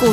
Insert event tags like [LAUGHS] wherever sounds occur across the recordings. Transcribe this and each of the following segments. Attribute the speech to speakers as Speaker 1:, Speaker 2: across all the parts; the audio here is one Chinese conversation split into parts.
Speaker 1: 股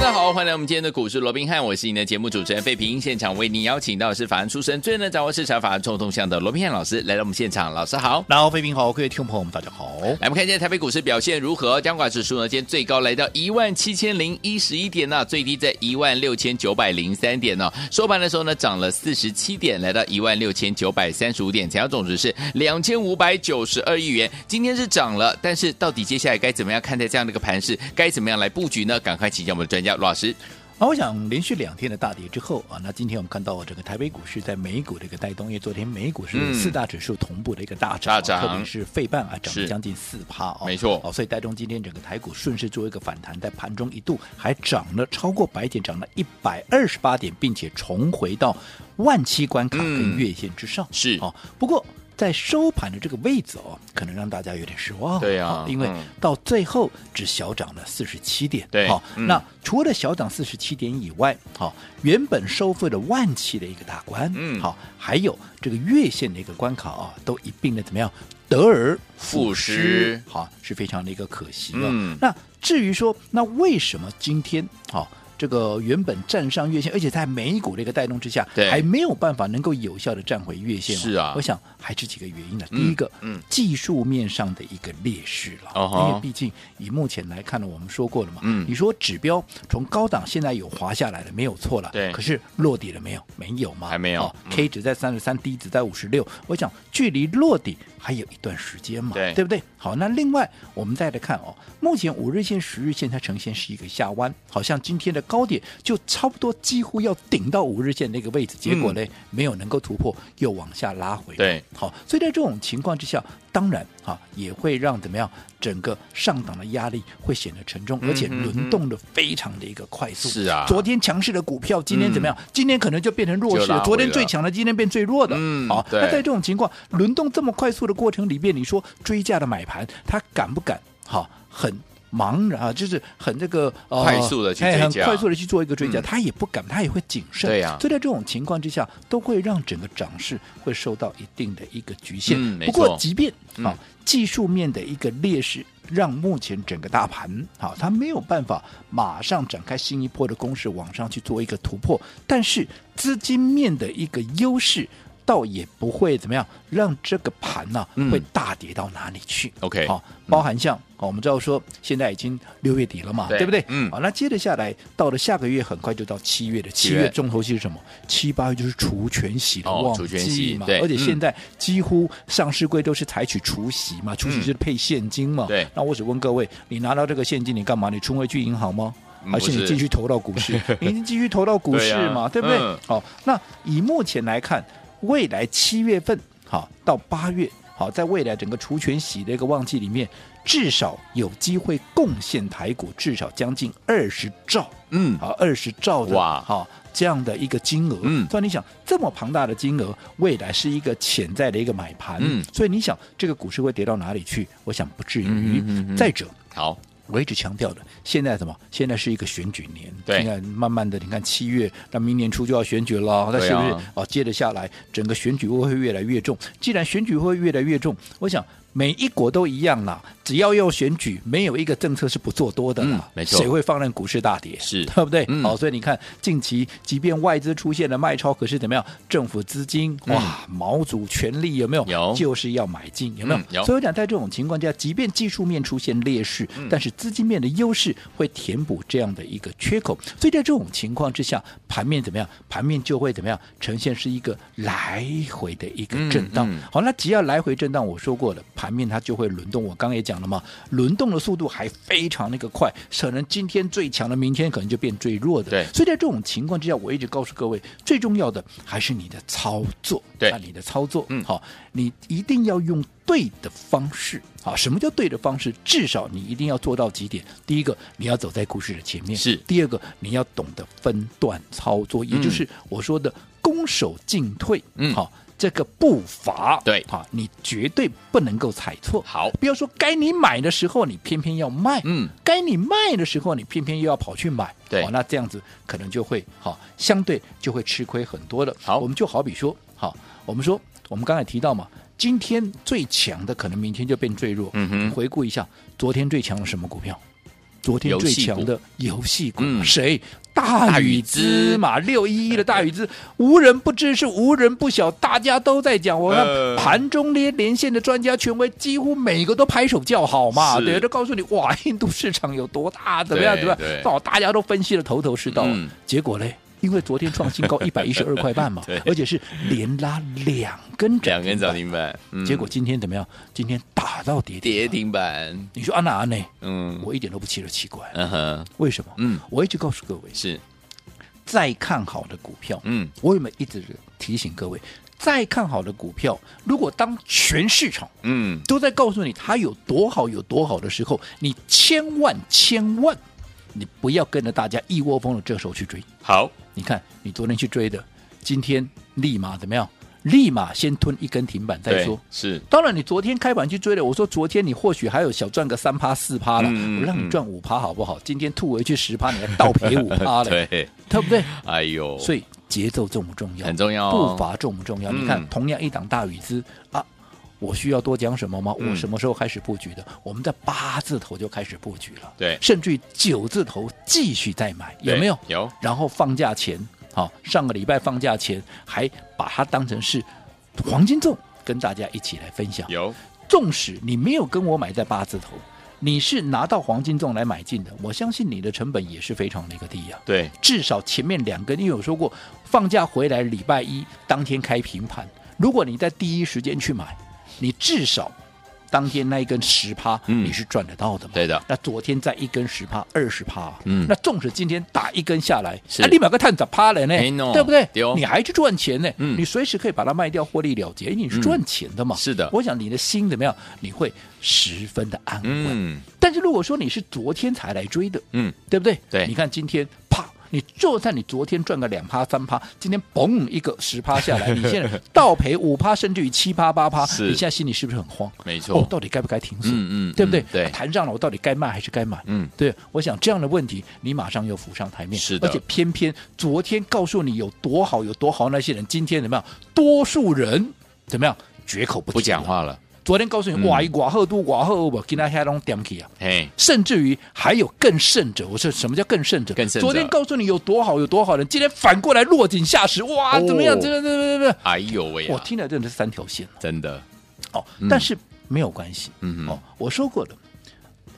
Speaker 2: 家好，欢迎来我们今天的股市罗宾汉，我是您的节目主持人费平。现场为您邀请到的是法案出身、最能掌握市场法案冲动向的罗宾汉老师来到我们现场，老师好。
Speaker 3: 然后，飞平好，各位听众朋友们，大家好。
Speaker 2: 来，我们看一下台北股市表现如何？加管指数呢，今天最高来到一万七千零一十一点呢、最低在一万六千九百零三点呢、收盘的时候呢，涨了四十七点，来到一万六千九百三十五点，成交总值是两千五百九十二亿元。今天是涨了，但是到底接下来该怎么样看待这样的一个盘势？该怎么样来布局呢？赶快请教我们的专家罗老师。
Speaker 3: 啊，我想连续两天的大跌之后啊，那今天我们看到整个台北股市在美股的一个带动，因为昨天美股是
Speaker 2: 嗯
Speaker 3: 四大指数同步的一个大涨，
Speaker 2: 大涨
Speaker 3: 特别是费半啊涨
Speaker 2: 是
Speaker 3: 了将近四趴哦，
Speaker 2: 没错
Speaker 3: 哦，所以带动今天整个台股顺势做一个反弹，在盘中一度还涨了超过百点，涨了一百二十八点，并且重回到万七关卡
Speaker 2: 嗯
Speaker 3: 跟月线之上，
Speaker 2: 是
Speaker 3: 哦，不过。在收盘的这个位置哦，可能让大家有点失望。
Speaker 2: 对啊
Speaker 3: 哦因为
Speaker 2: 嗯
Speaker 3: 到最后只小涨了四十七点。
Speaker 2: 对
Speaker 3: 好、
Speaker 2: 嗯
Speaker 3: 那除了小涨四十七点以外，好、原本收复了万七的一个大关，
Speaker 2: 嗯
Speaker 3: 好、还有这个月线的一个关卡啊，都一并的怎么样得而
Speaker 2: 复
Speaker 3: 复
Speaker 2: 失
Speaker 3: 失，好、是非常的一个可惜了。
Speaker 2: 嗯
Speaker 3: 那至于说，那为什么今天好、这个原本站上月线，而且在美股的一个带动之下
Speaker 2: 对，
Speaker 3: 还没有办法能够有效的站回月线、哦。
Speaker 2: 是啊
Speaker 3: 我想还是几个原因呢。
Speaker 2: 嗯
Speaker 3: 第一个，
Speaker 2: 嗯
Speaker 3: 技术面上的一个劣势了，
Speaker 2: 哦吼
Speaker 3: 因为毕竟以目前来看呢，我们说过了嘛，
Speaker 2: 嗯
Speaker 3: 你说指标从高档现在有滑下来了，没有错了，
Speaker 2: 对
Speaker 3: 可是落底了没有？没有嘛，哦
Speaker 2: 还没有嗯
Speaker 3: K 值在三十三，D 值在五十六，我想距离落底还有一段时间嘛，
Speaker 2: 对
Speaker 3: 对不对？好，那另外我们再来看哦，目前五日线、十日线它呈现是一个下弯，好像今天的高点就差不多几乎要顶到五日线那个位置，结果
Speaker 2: 嗯
Speaker 3: 呢、没有能够突破，又往下拉回。
Speaker 2: 对，
Speaker 3: 好，所以在这种情况之下，当然啊也会让怎么样整个上档的压力会显得沉重，
Speaker 2: 嗯
Speaker 3: 而且
Speaker 2: 嗯
Speaker 3: 轮动的非常的一个快速。
Speaker 2: 是啊嗯
Speaker 3: 昨天强势的股票今天怎么样？今天可能就变成弱势
Speaker 2: 就拉回
Speaker 3: 了
Speaker 2: 了。
Speaker 3: 昨天最强的今天变最弱的。
Speaker 2: 嗯
Speaker 3: 好，
Speaker 2: 对
Speaker 3: 那在这种情况轮动这么快速的过程里面，你说追价的买盘，他敢不敢？好，很。茫然啊，就是很这个呃
Speaker 2: 快速地去
Speaker 3: 哎
Speaker 2: 追
Speaker 3: 很
Speaker 2: 价
Speaker 3: 快速的去做一个追加，
Speaker 2: 嗯
Speaker 3: 他也不敢，他也会谨慎。
Speaker 2: 对呀
Speaker 3: 所以在这种情况之下，都会让整个涨势会受到一定的一个局限。
Speaker 2: 嗯没
Speaker 3: 不
Speaker 2: 错
Speaker 3: 过，即便
Speaker 2: 嗯
Speaker 3: 啊、技术面的一个劣势，让目前整个大盘好、它没有办法马上展开新一波的攻势往上去做一个突破，但是资金面的一个优势。倒也不会怎么样，让这个盘呢、
Speaker 2: 嗯
Speaker 3: 会大跌到哪里去。
Speaker 2: OK，嗯
Speaker 3: 好、包含像、哦我们知道说现在已经六月底了嘛，
Speaker 2: 对
Speaker 3: 不对？
Speaker 2: 嗯
Speaker 3: 好、那接着下来到了下个月，很快就到七月了。
Speaker 2: 七
Speaker 3: 七
Speaker 2: 月
Speaker 3: 月重头戏是什么？七八月就是除权息的
Speaker 2: 哦
Speaker 3: 旺
Speaker 2: 除权息
Speaker 3: 季嘛，
Speaker 2: 对
Speaker 3: 而且
Speaker 2: 嗯
Speaker 3: 现在几乎上市柜都是采取除息嘛，除息就是配现金嘛。
Speaker 2: 嗯对
Speaker 3: 那我只问各位，你拿到这个现金你干嘛？你冲回去银行吗？
Speaker 2: 嗯
Speaker 3: 还是
Speaker 2: 不是
Speaker 3: 你继续投到
Speaker 2: [LAUGHS]
Speaker 3: 股市？你已经继续投到股市嘛，
Speaker 2: 对啊
Speaker 3: 对不对？
Speaker 2: 嗯
Speaker 3: 好，那以目前来看，未来七月份好到八月好，在未来整个除权息的一个旺季里面，至少有机会贡献台股至少将近二十兆
Speaker 2: 嗯，
Speaker 3: 啊，二十兆的
Speaker 2: 哇
Speaker 3: 好。这样的一个金额，
Speaker 2: 嗯
Speaker 3: 所以你想这么庞大的金额，未来是一个潜在的一个买盘，
Speaker 2: 嗯
Speaker 3: 所以你想这个股市会跌到哪里去？我想不至于。
Speaker 2: 嗯哼嗯哼
Speaker 3: 再者，
Speaker 2: 好，
Speaker 3: 我一直强调的，现在什么？现在是一个选举年，
Speaker 2: 对
Speaker 3: 你看慢慢的，你看七月，那明年初就要选举了，那
Speaker 2: 对
Speaker 3: 是
Speaker 2: 啊
Speaker 3: 不是啊、接着下来，整个选举会越来越重。既然选举会越来越重，我想每一国都一样啦，只要要选举，没有一个政策是不做多的啦。
Speaker 2: 嗯没错
Speaker 3: 谁会放任股市大跌？
Speaker 2: 是
Speaker 3: 对不对？哦
Speaker 2: 嗯
Speaker 3: 好，所以你看，近期即便外资出现了卖超，可是怎么样？政府资金哇，毛主权力有没有？
Speaker 2: 嗯有
Speaker 3: 就是要买进，有没有？
Speaker 2: 嗯有
Speaker 3: 所以我讲，在这种情况下，即便技术面出现劣势，
Speaker 2: 嗯
Speaker 3: 但是资金面的优势会填补这样的一个缺口。所以在这种情况之下，盘面怎么样？盘面就会怎么样？呈现是一个来回的一个震荡。
Speaker 2: 嗯嗯
Speaker 3: 好，那只要来回震荡，我说过了，盘面它就会轮动。我刚刚也讲了嘛，轮动的速度还非常那个快，可能今天最强的，明天可能就变最弱的。
Speaker 2: 对
Speaker 3: 所以在这种情况之下，我一直告诉各位，最重要的还是你的操作。啊
Speaker 2: 对
Speaker 3: 那你的操作，
Speaker 2: 嗯
Speaker 3: 好，你一定要用对的方式。好，什么叫对的方式？至少你一定要做到几点：第一个，你要走在故事的前面；
Speaker 2: 是
Speaker 3: 第二个，你要懂得分段操作，也就是我说的攻守进退，
Speaker 2: 嗯
Speaker 3: 好、这个步伐，
Speaker 2: 对
Speaker 3: 好、你绝对不能够踩错。
Speaker 2: 好
Speaker 3: 不要说该你买的时候你偏偏要卖，
Speaker 2: 嗯，
Speaker 3: 该你卖的时候你偏偏又要跑去买，哦
Speaker 2: 对
Speaker 3: 好那这样子可能就会好、相对就会吃亏很多的。
Speaker 2: 好
Speaker 3: 我们就好比说，好、我们说我们刚才提到嘛，今天最强的可能明天就变最弱。
Speaker 2: 嗯哼
Speaker 3: 你回顾一下，昨天最强的什么股票？昨天
Speaker 2: 游
Speaker 3: 最
Speaker 2: 戏股
Speaker 3: 强的游戏股
Speaker 2: 嗯
Speaker 3: 谁？大
Speaker 2: 禹
Speaker 3: 禹
Speaker 2: 之
Speaker 3: 之嘛，六一一的大禹之，无人不知，是无人不晓，大家都在讲。我
Speaker 2: 呃
Speaker 3: 看盘中连连线的专家权威，几乎每个都拍手叫好嘛，
Speaker 2: 是
Speaker 3: 对，都告诉你哇，印度市场有多大，怎么样，
Speaker 2: 对
Speaker 3: 怎么样
Speaker 2: 对，
Speaker 3: 哦，大家都分析的头头是道
Speaker 2: 嗯。
Speaker 3: 结果嘞，因为昨天创新高一百一十二块半嘛
Speaker 2: [LAUGHS] 对，
Speaker 3: 而且是连拉两根
Speaker 2: 两
Speaker 3: 涨
Speaker 2: 根
Speaker 3: 停
Speaker 2: 涨
Speaker 3: 板，
Speaker 2: 停板，嗯
Speaker 3: 结果今天怎么样？今天打到跌停
Speaker 2: 跌
Speaker 3: 板。
Speaker 2: 停板，
Speaker 3: 你说安娜啊安内，
Speaker 2: 嗯，
Speaker 3: 我一点都不觉得奇怪，
Speaker 2: 嗯哼，
Speaker 3: 为什么？
Speaker 2: 嗯，
Speaker 3: 我一直告诉各位，
Speaker 2: 是，
Speaker 3: 再看好的股票，
Speaker 2: 嗯，
Speaker 3: 我有没有一直提醒各位，再看好的股票，如果当全市场
Speaker 2: 嗯，
Speaker 3: 都在告诉你它有多好、有多好的时候，你千万千万，你不要跟着大家一窝蜂的这时候去追。
Speaker 2: 好，
Speaker 3: 你看，你昨天去追的，今天立马怎么样？立马先吞一根停板再
Speaker 2: 对
Speaker 3: 说。
Speaker 2: 是，
Speaker 3: 当然，你昨天开盘去追了，我说昨天你或许还有小赚个三趴四趴了，
Speaker 2: 嗯嗯
Speaker 3: 我让
Speaker 2: 嗯
Speaker 3: 你赚五趴好不好？今天吐回去十趴，你还倒赔五趴嘞，
Speaker 2: [LAUGHS] 对，
Speaker 3: 对不对？
Speaker 2: 哎呦，
Speaker 3: 所以节奏重不重要？
Speaker 2: 很重要哦
Speaker 3: 步伐重不重要？
Speaker 2: 嗯
Speaker 3: 你看，同样一档大禹资啊，我需要多讲什么吗？
Speaker 2: 嗯
Speaker 3: 我什么时候开始布局的？我们在八字头就开始布局了，
Speaker 2: 对
Speaker 3: 甚至于九字头继续再买，有
Speaker 2: 对
Speaker 3: 没有？
Speaker 2: 有，
Speaker 3: 然后放假前，好、上个礼拜放假前还把它当成是黄金粽，跟大家一起来分享。
Speaker 2: 有，
Speaker 3: 纵使你没有跟我买在八字头，你是拿到黄金粽来买进的，我相信你的成本也是非常的一个低啊呀、
Speaker 2: 对，
Speaker 3: 至少前面两根，因为我说过，放假回来礼拜一当天开平盘，如果你在第一时间去买，你至少当天那一根十趴，
Speaker 2: 嗯
Speaker 3: 你是赚得到的嘛？
Speaker 2: 对的
Speaker 3: 那昨天在一根十趴、二十趴，
Speaker 2: 嗯
Speaker 3: 那纵使今天打一根下来，
Speaker 2: 是
Speaker 3: 啊，立马个探涨趴了呢
Speaker 2: 哎喏，
Speaker 3: 对不对
Speaker 2: 对哦？
Speaker 3: 你还去赚钱呢，
Speaker 2: 嗯
Speaker 3: 你随时可以把它卖掉获利了结，你是赚钱的嘛？
Speaker 2: 是的
Speaker 3: 我想你的心怎么样？你会十分的安稳。
Speaker 2: 嗯
Speaker 3: 但是如果说你是昨天才来追的，
Speaker 2: 嗯，
Speaker 3: 对不对？
Speaker 2: 对
Speaker 3: 你看今天啪，你就算你昨天赚个两趴三趴，今天嘣一个十
Speaker 2: [LAUGHS]
Speaker 3: 趴下来，你现在倒赔五趴，甚至于七趴八趴，
Speaker 2: 是
Speaker 3: 你现在心里是不是很慌？
Speaker 2: 没
Speaker 3: 哦
Speaker 2: 错，，
Speaker 3: 到底该不该停损？
Speaker 2: 嗯嗯
Speaker 3: 对不对
Speaker 2: 嗯？对
Speaker 3: 啊谈上了，我到底该卖还是该买？
Speaker 2: 嗯，
Speaker 3: 对，我想这样的问题，你马上又浮上台面。
Speaker 2: 是的
Speaker 3: 而且偏偏昨天告诉你有多好有多好，那些人今天怎么样？多数人怎么样？绝口不提
Speaker 2: 不讲
Speaker 3: 了。
Speaker 2: 话了，
Speaker 3: 昨天告诉你，
Speaker 2: 嗯
Speaker 3: 哇，一寡赫都寡赫，我今天黑龙点起啊。
Speaker 2: 嘿，
Speaker 3: 甚至于还有更甚者，我说什么叫更甚者？
Speaker 2: 更甚者
Speaker 3: 昨天告诉你有多好有多好的，今天反过来落井下石，哇，
Speaker 2: 哦
Speaker 3: 怎么样？怎么样？怎么样？怎么样？
Speaker 2: 哎呦喂
Speaker 3: 我
Speaker 2: 啊，
Speaker 3: 听了真的是三条线了
Speaker 2: 真的，
Speaker 3: 哦
Speaker 2: 嗯，
Speaker 3: 但是没有关系，
Speaker 2: 嗯
Speaker 3: 哦
Speaker 2: 哼，，
Speaker 3: 我说过了，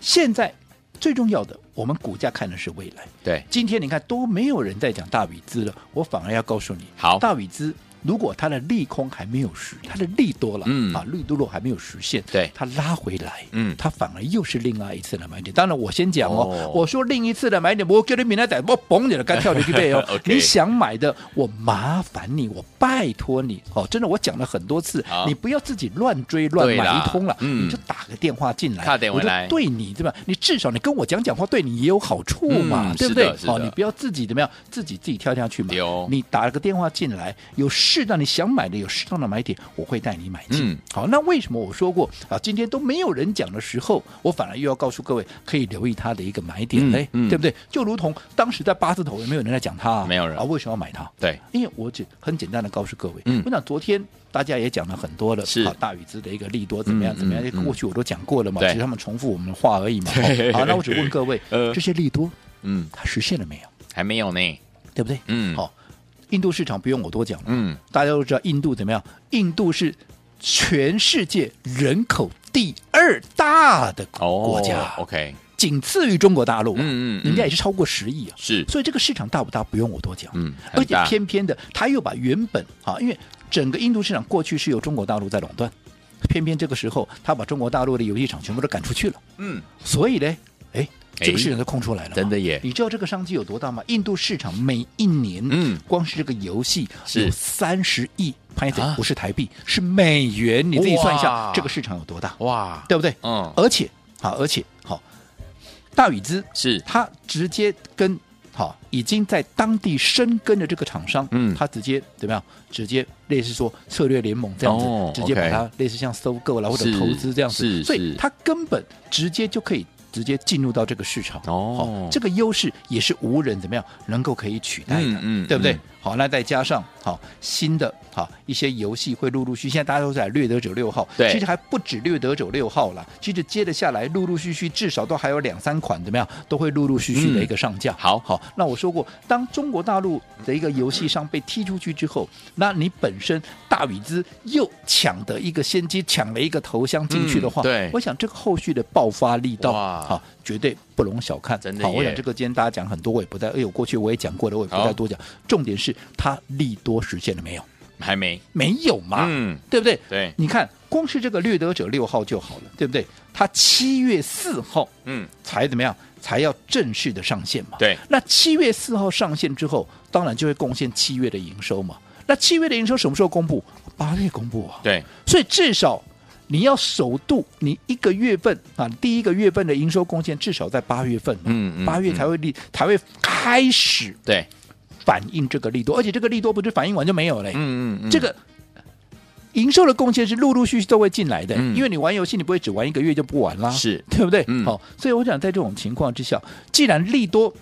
Speaker 3: 现在最重要的，我们股价看的是未来。
Speaker 2: 对，
Speaker 3: 今天你看都没有人在讲大禹资了，我反而要告诉你，
Speaker 2: 好
Speaker 3: 大禹资如果它的利空还没有实，它的利多了，
Speaker 2: 嗯
Speaker 3: 啊，利多了还没有实现，
Speaker 2: 对
Speaker 3: 它拉回来，
Speaker 2: 嗯
Speaker 3: 它反而又是另外一次的买点。当然，我先讲哦，
Speaker 2: 哦
Speaker 3: 我说另一次的买点，我觉得明天仔我嘣你了，该跳进去背哦
Speaker 2: [LAUGHS] OK
Speaker 3: 你想买的，我麻烦你，我拜托你哦，真的，我讲了很多次
Speaker 2: 好，
Speaker 3: 你不要自己乱追乱
Speaker 2: 对
Speaker 3: 买
Speaker 2: 啦
Speaker 3: 一通了，
Speaker 2: 嗯
Speaker 3: 你就打个电话进来，
Speaker 2: 打电话
Speaker 3: 我就
Speaker 2: 来
Speaker 3: 对你对吧？你至少你跟我讲讲话，对你也有好处嘛，
Speaker 2: 嗯
Speaker 3: 对
Speaker 2: 是
Speaker 3: 不对
Speaker 2: 的？是
Speaker 3: 哦，
Speaker 2: 的
Speaker 3: 你不要自己怎么样，自己自己跳下去买
Speaker 2: 对哦。
Speaker 3: 你打个电话进来，有适当你想买的，有适当的买点，我会带你买进。
Speaker 2: 嗯
Speaker 3: 好，那为什么我说过啊？今天都没有人讲的时候，我反而又要告诉各位，可以留意它的一个买点
Speaker 2: 嗯
Speaker 3: 嘞，
Speaker 2: 嗯
Speaker 3: 对不对？就如同当时在八字头，有没有人在讲它、啊？
Speaker 2: 没有人
Speaker 3: 啊，为什么要买它？
Speaker 2: 对，
Speaker 3: 因为我只很简单的告诉各位，
Speaker 2: 嗯
Speaker 3: 我想昨天大家也讲了很多了，
Speaker 2: 是
Speaker 3: 啊大禹资的一个利多怎么样
Speaker 2: 嗯
Speaker 3: 怎么样，
Speaker 2: 嗯嗯
Speaker 3: 过去我都讲过了嘛，
Speaker 2: 对
Speaker 3: 其实他们重复我们的话而已嘛。
Speaker 2: 对
Speaker 3: 哦好，那我只问各位，
Speaker 2: [LAUGHS] 呃
Speaker 3: 这些利多
Speaker 2: 嗯，
Speaker 3: 它实现了没有？
Speaker 2: 还没有呢，
Speaker 3: 对不对？
Speaker 2: 嗯
Speaker 3: 好、印度市场不用我多讲了，
Speaker 2: 嗯，
Speaker 3: 大家都知道印度怎么样？印度是全世界人口第二大的
Speaker 2: 哦，
Speaker 3: 国家，
Speaker 2: ，OK，
Speaker 3: 仅次于中国大陆、啊，
Speaker 2: 嗯嗯嗯
Speaker 3: 人家也是超过十亿啊。
Speaker 2: 是，
Speaker 3: 所以这个市场大不大不用我多讲，
Speaker 2: 嗯很
Speaker 3: 而且
Speaker 2: 大
Speaker 3: 偏偏的他又把原本啊，因为整个印度市场过去是由中国大陆在垄断，偏偏这个时候他把中国大陆的游戏场全部都赶出去了，
Speaker 2: 嗯，
Speaker 3: 所以呢，哎，这
Speaker 2: 哎
Speaker 3: 个市场就空出来了嘛，
Speaker 2: 真的耶
Speaker 3: 你知道这个商机有多大吗？印度市场每一年，
Speaker 2: 嗯
Speaker 3: 光是这个游戏
Speaker 2: 是
Speaker 3: 有三十亿，潘姐
Speaker 2: 啊
Speaker 3: 不是台币，是美元，你自己算一
Speaker 2: 哇
Speaker 3: 下这个市场有多大，
Speaker 2: 哇，
Speaker 3: 对不对？
Speaker 2: 嗯，
Speaker 3: 而且，好，而且好，大禹资
Speaker 2: 是，
Speaker 3: 他直接跟好，已经在当地生根的这个厂商，
Speaker 2: 嗯
Speaker 3: 他直接怎么样？直接类似说策略联盟这样子，
Speaker 2: 哦
Speaker 3: 直接把
Speaker 2: OK
Speaker 3: 它类似像收购啊啦或者
Speaker 2: 是
Speaker 3: 投资这样子
Speaker 2: 是，
Speaker 3: 所
Speaker 2: 是
Speaker 3: 以他根本直接就可以直接进入到这个市场。
Speaker 2: 哦
Speaker 3: 好这个优势也是无人怎么样能够可以取代的，
Speaker 2: 嗯嗯
Speaker 3: 对不对？
Speaker 2: 嗯
Speaker 3: 好，那再加上好新的好一些游戏会陆陆续，现在大家都在掠夺者六号，
Speaker 2: 对
Speaker 3: 其实还不止掠夺者六号啦，其实接着下来陆陆续续至少都还有两三款怎么样，都会陆陆续续的一个上架。
Speaker 2: 嗯好
Speaker 3: 好，那我说过，当中国大陆的一个游戏商被踢出去之后，那你本身大禹资又抢得一个先机，抢了一个头香进去的话，
Speaker 2: 嗯对
Speaker 3: 我想这个后续的爆发力道，
Speaker 2: 哇
Speaker 3: 好，绝对不容小看。
Speaker 2: 真的
Speaker 3: 好，我
Speaker 2: 耶
Speaker 3: 想这个今天大家讲很多，我也不再，哎呦，过去我也讲过的，我也不
Speaker 2: 好
Speaker 3: 再多讲。重点是它利多实现了没有？
Speaker 2: 还没，
Speaker 3: 没有嘛，
Speaker 2: 嗯，
Speaker 3: 对不对？
Speaker 2: 对，
Speaker 3: 你看，光是这个掠夺者六号就好了，对不对？它七月四号
Speaker 2: 嗯，
Speaker 3: 才怎么样？才要正式的上线嘛。
Speaker 2: 对，
Speaker 3: 那七月四号上线之后，当然就会贡献七月的营收嘛。那七月的营收什么时候公布？八月公布啊。
Speaker 2: 对，
Speaker 3: 所以至少你要首度，你一个月份啊，第一个月份的营收贡献至少在八月份嘛，
Speaker 2: 嗯嗯
Speaker 3: 八月才会利、才会开始
Speaker 2: 对，
Speaker 3: 反映这个利多，而且这个利多不是反映完就没有了、
Speaker 2: 嗯嗯
Speaker 3: 这个。营收的贡献是陆陆续续都会进来的，
Speaker 2: 嗯
Speaker 3: 因为你玩游戏，你不会只玩一个月就不玩啦，
Speaker 2: 是
Speaker 3: 对不对？
Speaker 2: 嗯
Speaker 3: 好，所以我想在这种情况之下，既然利多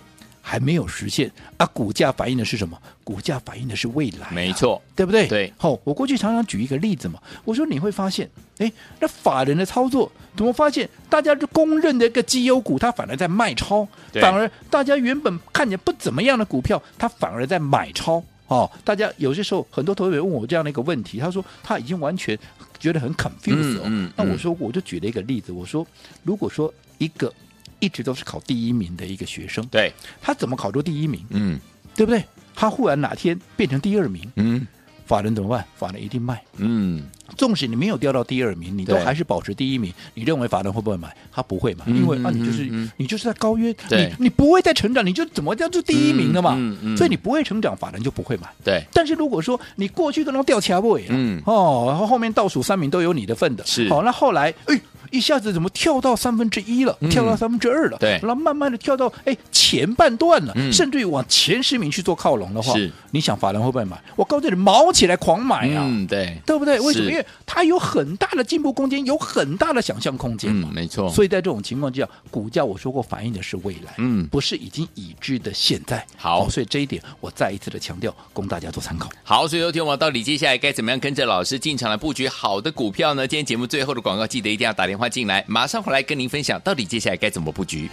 Speaker 3: 还没有实现啊，股价反映的是什么？股价反映的是未来、
Speaker 2: 没。错，
Speaker 3: 对不对？
Speaker 2: 对
Speaker 3: 好、我过去常常举一个例子嘛，我说你会发现，哎，那法人的操作怎么发现大家就公认的一个绩优股，它反而在卖超，
Speaker 2: 对
Speaker 3: 反而大家原本看起来不怎么样的股票，它反而在买超。哦，大家有些时候很多投资者问我这样的一个问题，他说他已经完全觉得很 confused 哦。
Speaker 2: 嗯嗯
Speaker 3: 那我
Speaker 2: 嗯
Speaker 3: 说过我就举了一个例子，我说如果说一个一直都是考第一名的一个学生，
Speaker 2: 对，
Speaker 3: 他怎么考出第一名，
Speaker 2: 嗯
Speaker 3: 对不对？他忽然哪天变成第二名，
Speaker 2: 嗯
Speaker 3: 法人怎么办？法人一定卖。
Speaker 2: 嗯，
Speaker 3: 纵使你没有掉到第二名，你都
Speaker 2: 对
Speaker 3: 还是保持第一名，你认为法人会不会买？他不会买，
Speaker 2: 嗯
Speaker 3: 因为啊，
Speaker 2: 嗯
Speaker 3: 你就是、
Speaker 2: 嗯嗯
Speaker 3: 你就是在高约，
Speaker 2: 对
Speaker 3: 你你不会再成长，你就怎么样就第一名了嘛？
Speaker 2: 嗯嗯嗯
Speaker 3: 所以你不会成长，法人就不会买。
Speaker 2: 对，
Speaker 3: 但是如果说你过去跟他掉卡位，
Speaker 2: 嗯
Speaker 3: 哦，然后后面倒数三名都有你的份的，
Speaker 2: 是
Speaker 3: 好、那后来哎。一下子怎么跳到三分之一了？
Speaker 2: 嗯
Speaker 3: 跳到三分之二了？
Speaker 2: 对
Speaker 3: 然后慢慢的跳到哎前半段了，
Speaker 2: 嗯
Speaker 3: 甚至于往前十名去做靠拢的话
Speaker 2: 是，
Speaker 3: 你想法人会不会买？我告诉你，毛起来狂买啊！
Speaker 2: 嗯对，
Speaker 3: 对不对？为什么？
Speaker 2: 是
Speaker 3: 因为它有很大的进步空间，有很大的想象空间嘛。
Speaker 2: 嗯没错，
Speaker 3: 所以在这种情况之下，股价我说过反映的是未来，
Speaker 2: 嗯
Speaker 3: 不是已经已知的现在。哦
Speaker 2: 好
Speaker 3: 所以这一点我再一次的强调，供大家做参考。
Speaker 2: 好，所以有听我到底接下来该怎么样跟着老师进场来布局好的股票呢？今天节目最后的广告，记得一定要打电话进来，马上回来跟您分享到底接下来该怎么布局。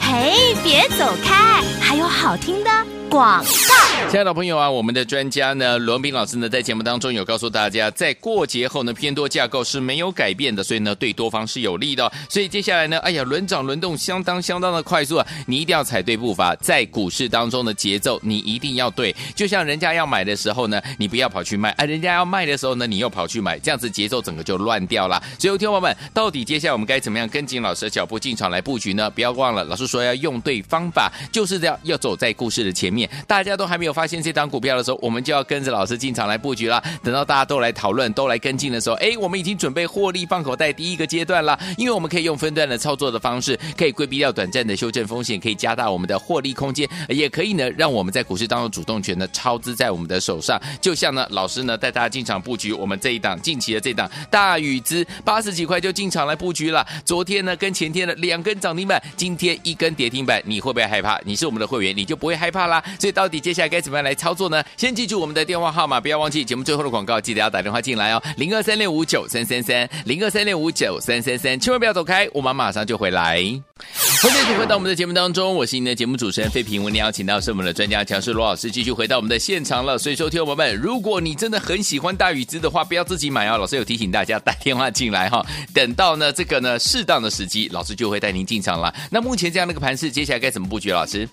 Speaker 1: 嘿，别走开，还有好听的广告。
Speaker 2: 亲爱的朋友啊，我们的专家呢，罗文斌老师呢，在节目当中有告诉大家，在过节后呢，偏多架构是没有改变的，所以呢，对多方是有利的哦、所以接下来呢，哎呀，轮涨轮动相当相当的快速啊，你一定要踩对步伐，在股市当中的节奏你一定要对。就像人家要买的时候呢，你不要跑去卖；啊，人家要卖的时候呢，你又跑去买，这样子节奏整个就乱掉了。所以，听众朋友们，到底接下来我们该怎么样跟紧老师的脚步进场来布局呢？不要忘了，老师说要用对方法，就是这样，要走在故事的前面。大家都还没有发现这档股票的时候，我们就要跟着老师进场来布局啦。等到大家都来讨论、都来跟进的时候，哎，我们已经准备获利放口袋第一个阶段啦。因为我们可以用分段的操作的方式，可以规避掉短暂的修正风险，可以加大我们的获利空间，也可以呢让我们在股市当中主动权呢超支在我们的手上。就像呢老师呢带大家进场布局我们这一档近期的这档大禹资八十几块就进场来布局了。昨天呢跟前天的两根涨停板，今天一根跌停板，你会不会害怕？你是我们的会员，你就不会害怕啦。所以到底接下来该怎么样来操作呢？先记住我们的电话号码，不要忘记节目最后的广告，记得要打电话进来哦，零二三六五九三三三，零二三六五九三三三，千万不要走开，我们马上就回来。欢迎继续回到我们的节目当中，我是您的节目主持人费平。我们邀请到是我们的专家强势罗老师，继续回到我们的现场了。所以，说，听众朋友们，如果你真的很喜欢大禹资的话，不要自己买哦。老师有提醒大家打电话进来哈、等到呢这个呢适当的时机，老师就会带您进场了。那目前这样的一个盘势，接下来该怎么布局？老师，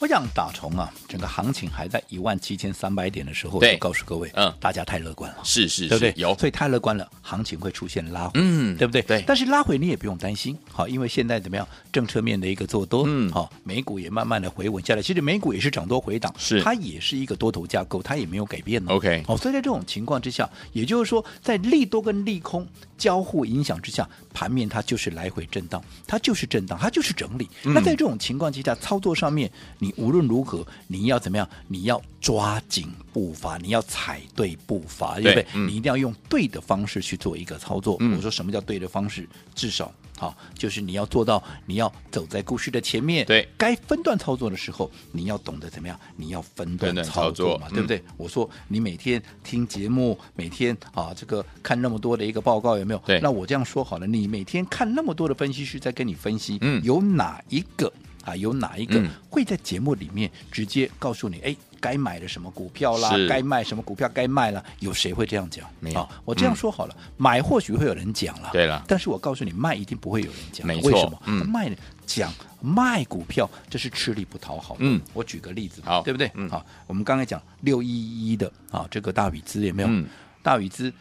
Speaker 3: 我想打从啊整整个行情还在一万七千三百点的时候，我
Speaker 2: 对
Speaker 3: 就告诉各位，
Speaker 2: 嗯
Speaker 3: 大家太乐观了。
Speaker 2: 是是是，
Speaker 3: 对不对？
Speaker 2: 有，
Speaker 3: 所以太乐观了，行情会出现拉回，
Speaker 2: 嗯
Speaker 3: 对不对？
Speaker 2: 对
Speaker 3: 但是拉回你也不用担心，好，因为现在怎么样，政策面的一个做多，
Speaker 2: 嗯
Speaker 3: 好，美股也慢慢的回稳下来。其实美股也是涨多回档，
Speaker 2: 是
Speaker 3: 它也是一个多头架构，它也没有改变呢。
Speaker 2: OK
Speaker 3: 哦，所以在这种情况之下，也就是说，在利多跟利空交互影响之下，盘面它就是来回震荡，它就是震荡，它就是整理。
Speaker 2: 嗯
Speaker 3: 那在这种情况之下，操作上面，你无论如何，你要怎么样？你要抓紧步伐，你要踩对步伐，对不对？
Speaker 2: 嗯
Speaker 3: 你一定要用对的方式去做一个操作。
Speaker 2: 嗯
Speaker 3: 我说什么叫对的方式？至少好，就是你要做到，你要走在故事的前面。
Speaker 2: 对
Speaker 3: 该分段操作的时候，你要懂得怎么样？你要分
Speaker 2: 分
Speaker 3: 段
Speaker 2: 段操
Speaker 3: 操作
Speaker 2: 作嗯
Speaker 3: 嘛，对不对？我说你每天听节目，每天啊这个看那么多的一个报告有没有？
Speaker 2: 对
Speaker 3: 那我这样说好了，你每天看那么多的分析师在跟你分析，
Speaker 2: 嗯
Speaker 3: 有哪一个？啊，有哪一个
Speaker 2: 嗯
Speaker 3: 会在节目里面直接告诉你，哎，该买的什么股票啦
Speaker 2: 是，
Speaker 3: 该卖什么股票，该卖了，有谁会这样讲？
Speaker 2: 没有嗯
Speaker 3: 啊我这样说好了，买或许会有人讲了，
Speaker 2: 对了
Speaker 3: 但是我告诉你，卖一定不会有人讲，
Speaker 2: 没
Speaker 3: 为
Speaker 2: 错
Speaker 3: 什么？
Speaker 2: 嗯
Speaker 3: 卖讲卖股票，这是吃力不讨好的。
Speaker 2: 嗯
Speaker 3: 我举个例子，
Speaker 2: 好
Speaker 3: 对不对？
Speaker 2: 嗯
Speaker 3: 好，我们刚才讲六一一的啊，这个大禹资有没有？
Speaker 2: 嗯
Speaker 3: 大禹资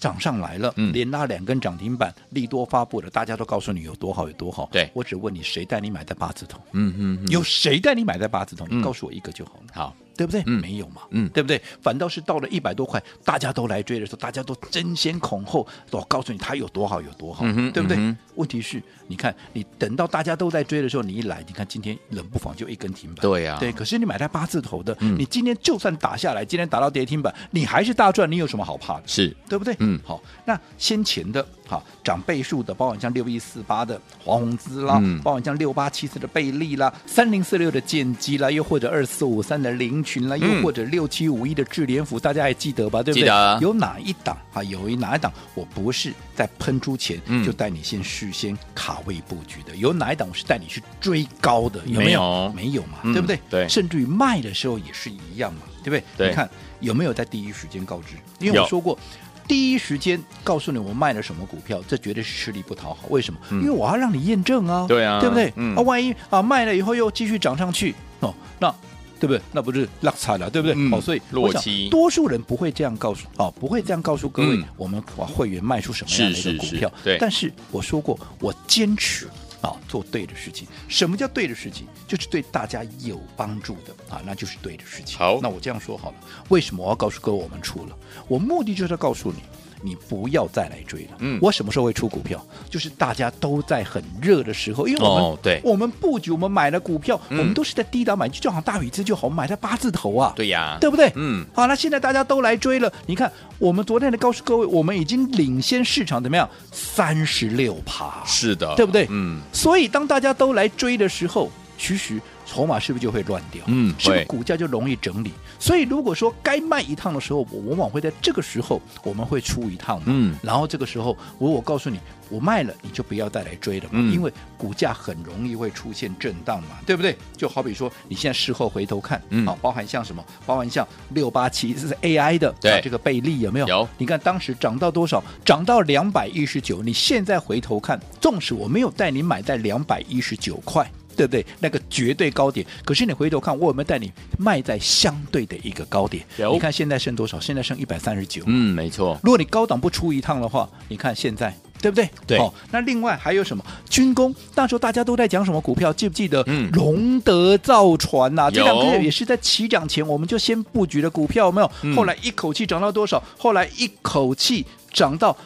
Speaker 3: 涨上来了，
Speaker 2: 嗯
Speaker 3: 连拉两根涨停板，利多发布了，大家都告诉你有多好有多好。
Speaker 2: 对
Speaker 3: 我只问你，谁带你买在八字头？
Speaker 2: 嗯嗯嗯，
Speaker 3: 有谁带你买在八字头？
Speaker 2: 嗯
Speaker 3: 你告诉我一个就好了。
Speaker 2: 好，
Speaker 3: 对不对？
Speaker 2: 嗯
Speaker 3: 没有嘛，
Speaker 2: 嗯
Speaker 3: 对不对？反倒是到了一百多块，大家都来追的时候，大家都争先恐后，我告诉你它有多好有多好，
Speaker 2: 嗯哼
Speaker 3: 对不对？
Speaker 2: 嗯
Speaker 3: 问题是，你看你等到大家都在追的时候，你一来，你看今天冷不防就一根停板，
Speaker 2: 对啊呀嗯
Speaker 3: 对。可是你买在八字头的，你今天就算打下来，今天打到跌停板，你还是大赚，你有什么好怕的？
Speaker 2: 是，
Speaker 3: 对不对？
Speaker 2: 嗯
Speaker 3: 好，那先前的好涨倍数的，包含像六一四八的黄宏资啦，
Speaker 2: 嗯
Speaker 3: 包含像六八七四的贝利啦，三零四六的建机啦，又或者二四五三的林群啦，
Speaker 2: 嗯
Speaker 3: 又或者六七五一的智联福，大家还记得吧？对不
Speaker 2: 记
Speaker 3: 对
Speaker 2: 得啊？
Speaker 3: 有哪一档啊？有一哪一档我不是在喷出前、
Speaker 2: 嗯
Speaker 3: 就带你先事先卡位布局的？有哪一档我是带你去追高的？有没有？
Speaker 2: 没
Speaker 3: 没有嘛，
Speaker 2: 嗯
Speaker 3: 对不对？
Speaker 2: 对
Speaker 3: 甚至于卖的时候也是一样嘛，对不对？
Speaker 2: 对
Speaker 3: 你看有没有在第一时间告知？因为
Speaker 2: 有
Speaker 3: 我说过，第一时间告诉你我卖了什么股票，这绝对是吃力不讨好。为什么？因为我要让你验证啊，
Speaker 2: 嗯对啊
Speaker 3: 对不对？
Speaker 2: 嗯
Speaker 3: 啊，万一啊卖了以后又继续涨上去哦，那。对不对？那不是落差了，对不对？
Speaker 2: 嗯
Speaker 3: 哦，所以
Speaker 2: 落
Speaker 3: 我想
Speaker 2: 期
Speaker 3: 多数人不会这样告诉哦，不会这样告诉各位，
Speaker 2: 嗯
Speaker 3: 我们把会员卖出什么样的一
Speaker 2: 是
Speaker 3: 个股
Speaker 2: 是
Speaker 3: 票。
Speaker 2: 是对
Speaker 3: 但是我说过，我坚持啊做对的事情。什么叫对的事情？就是对大家有帮助的啊，那就是对的事情。
Speaker 2: 好
Speaker 3: 那我这样说好了，为什么我要告诉各位我们出了？我目的就是要告诉你。你不要再来追了。
Speaker 2: 嗯
Speaker 3: 我什么时候会出股票？就是大家都在很热的时候，因为我们、
Speaker 2: 哦对
Speaker 3: 我们布局，我们买了股票，
Speaker 2: 嗯
Speaker 3: 我们都是在低档买，就好像大禹资就好，我们买在八字头啊。
Speaker 2: 对呀，
Speaker 3: 对不对？
Speaker 2: 嗯，
Speaker 3: 好，那现在大家都来追了。你看，我们昨天的告诉各位，我们已经领先市场怎么样？三十六趴，
Speaker 2: 是的，
Speaker 3: 对不对
Speaker 2: 嗯，
Speaker 3: 所以当大家都来追的时候，其实筹码是不是就会乱掉？
Speaker 2: 嗯
Speaker 3: 是不
Speaker 2: 会
Speaker 3: 是股价就容易整理？所以如果说该卖一趟的时候，我往往会在这个时候我们会出一趟嘛，
Speaker 2: 嗯
Speaker 3: 然后这个时候我我告诉你，我卖了你就不要再来追了嘛，
Speaker 2: 嗯
Speaker 3: 因为股价很容易会出现震荡嘛，对不对？就好比说你现在事后回头看，
Speaker 2: 嗯
Speaker 3: 好，包含像什么，包含像六八七这是 AI 的，
Speaker 2: 对
Speaker 3: 啊这个贝利有没有？
Speaker 2: 有
Speaker 3: 你看当时涨到多少？涨到两百一十九。你现在回头看，纵使我没有带你买在两百一十九块。对不对？那个绝对高点，可是你回头看，我有没有带你卖在相对的一个高点？
Speaker 2: 有
Speaker 3: 你看现在剩多少？现在剩一百三十九。
Speaker 2: 嗯，没错，
Speaker 3: 如果你高档不出一趟的话，你看现在对不对？
Speaker 2: 对
Speaker 3: 好，那另外还有什么军工？那时候大家都在讲什么股票？记不记得？
Speaker 2: 嗯
Speaker 3: 荣德造船呐、这两
Speaker 2: 有
Speaker 3: 个也是在起涨前我们就先布局的股票，有没有？
Speaker 2: 嗯
Speaker 3: 后来一口气涨到多少？后来一口气涨到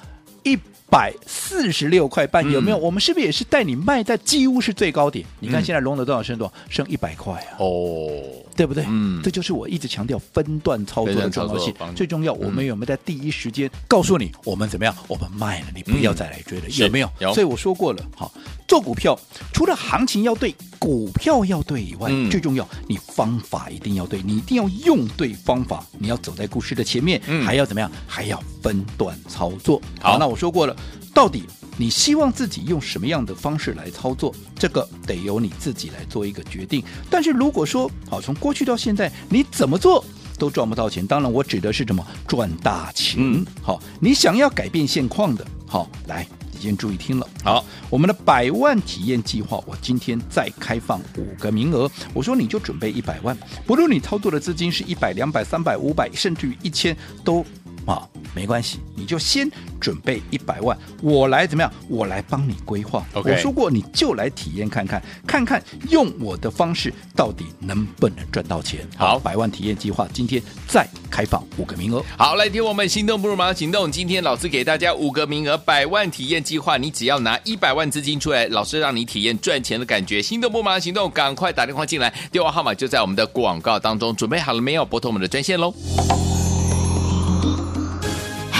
Speaker 3: 一。百四十六块半有没有？
Speaker 2: 嗯
Speaker 3: 我们是不是也是带你卖在几乎是最高点？你看
Speaker 2: 嗯
Speaker 3: 现在龙德多少剩多少？剩一百块啊！
Speaker 2: 哦，
Speaker 3: 对不对？
Speaker 2: 嗯
Speaker 3: 这就是我一直强调分段操作
Speaker 2: 分
Speaker 3: 的
Speaker 2: 段操
Speaker 3: 重
Speaker 2: 作的
Speaker 3: 要性
Speaker 2: 方式。
Speaker 3: 最重要，我们有没有在第一时间告诉你我们怎么样？我们卖了，你不要再来追了，
Speaker 2: 嗯是
Speaker 3: 有没有？
Speaker 2: 有
Speaker 3: 所以我说过了，好，做股票除了行情要对、股票要对以外，
Speaker 2: 嗯
Speaker 3: 最重要你方法一定要对，你一定要用对方法，你要走在故事的前面，
Speaker 2: 嗯
Speaker 3: 还要怎么样？还要分段操作。
Speaker 2: 好
Speaker 3: 那我说过了，到底。你希望自己用什么样的方式来操作？这个得由你自己来做一个决定。但是如果说，好，从过去到现在，你怎么做都赚不到钱。当然，我指的是什么？赚大钱。
Speaker 2: 嗯
Speaker 3: 好，你想要改变现况的，好，来，间注意听了。
Speaker 2: 好，
Speaker 3: 我们的百万体验计划，我今天再开放五个名额。我说你就准备一百万，不论你操作的资金是一百、两百、三百、五百，甚至于一千，都啊没关系，你就先准备一百万，我来怎么样？我来帮你规划。
Speaker 2: OK
Speaker 3: 我说过，你就来体验看看，看看用我的方式到底能不能赚到钱。
Speaker 2: 好
Speaker 3: 百万体验计划今天再开放五个名额。
Speaker 2: 好，来听我们心动不如马上行动。今天老师给大家五个名额，百万体验计划，你只要拿一百万资金出来，老师让你体验赚钱的感觉。心动不如马上行动，赶快打电话进来，电话号码就在我们的广告当中。准备好了没有？拨通我们的专线喽。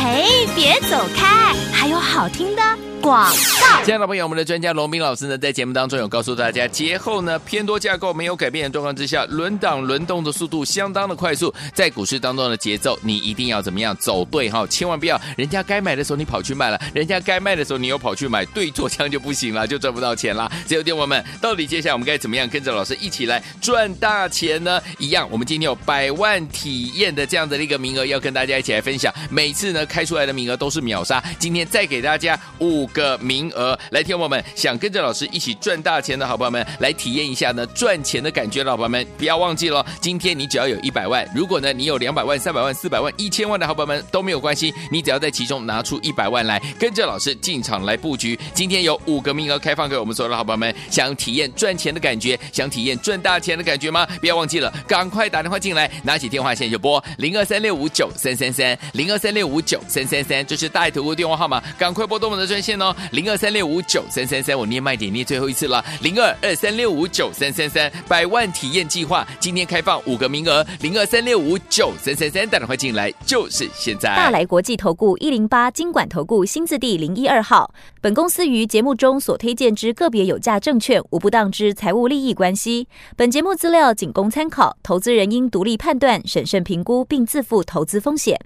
Speaker 1: 嘿，别走开，还有好听的广。
Speaker 2: 亲爱的朋友我们的专家罗明老师呢，在节目当中有告诉大家，节后呢偏多架构没有改变的状况之下，轮档轮动的速度相当的快速，在股市当中的节奏，你一定要怎么样走对哈、千万不要人家该买的时候你跑去卖了，人家该卖的时候你又跑去买，对错枪就不行了，就赚不到钱了。所以，电友们，到底接下来我们该怎么样跟着老师一起来赚大钱呢？一样，我们今天有百万体验的这样的一个名额要跟大家一起来分享，每次呢开出来的名额都是秒杀，今天再给大家五个名额。来，听众朋友们，想跟着老师一起赚大钱的好朋友们，来体验一下呢赚钱的感觉，老朋友们不要忘记了，今天你只要有一百万，如果呢你有两百万、三百万、四百万、一千万的好朋友们都没有关系，你只要在其中拿出一百万来，跟着老师进场来布局。今天有五个名额开放给我们所有的好朋友们，想体验赚钱的感觉，想体验赚大钱的感觉吗？不要忘记了，赶快打电话进来，拿起电话线就拨零二三六五九三三三零二三六五九三三三，这是大爱投顾电话号码，赶快拨动我们的专线哦，零二三六五九三三三，我念慢一点，念最后一次了，零二二三六五九三三三，百万体验计划今天开放五个名额，零二三六五九三三三，打电话进来就是现在。
Speaker 4: 大来国际投顾一零八金管投顾新字第零一二号。本公司于节目中所推荐之个别有价证券，无不当之财务利益关系。本节目资料仅供参考，投资人应独立判断、审慎评估，并自负投资风险。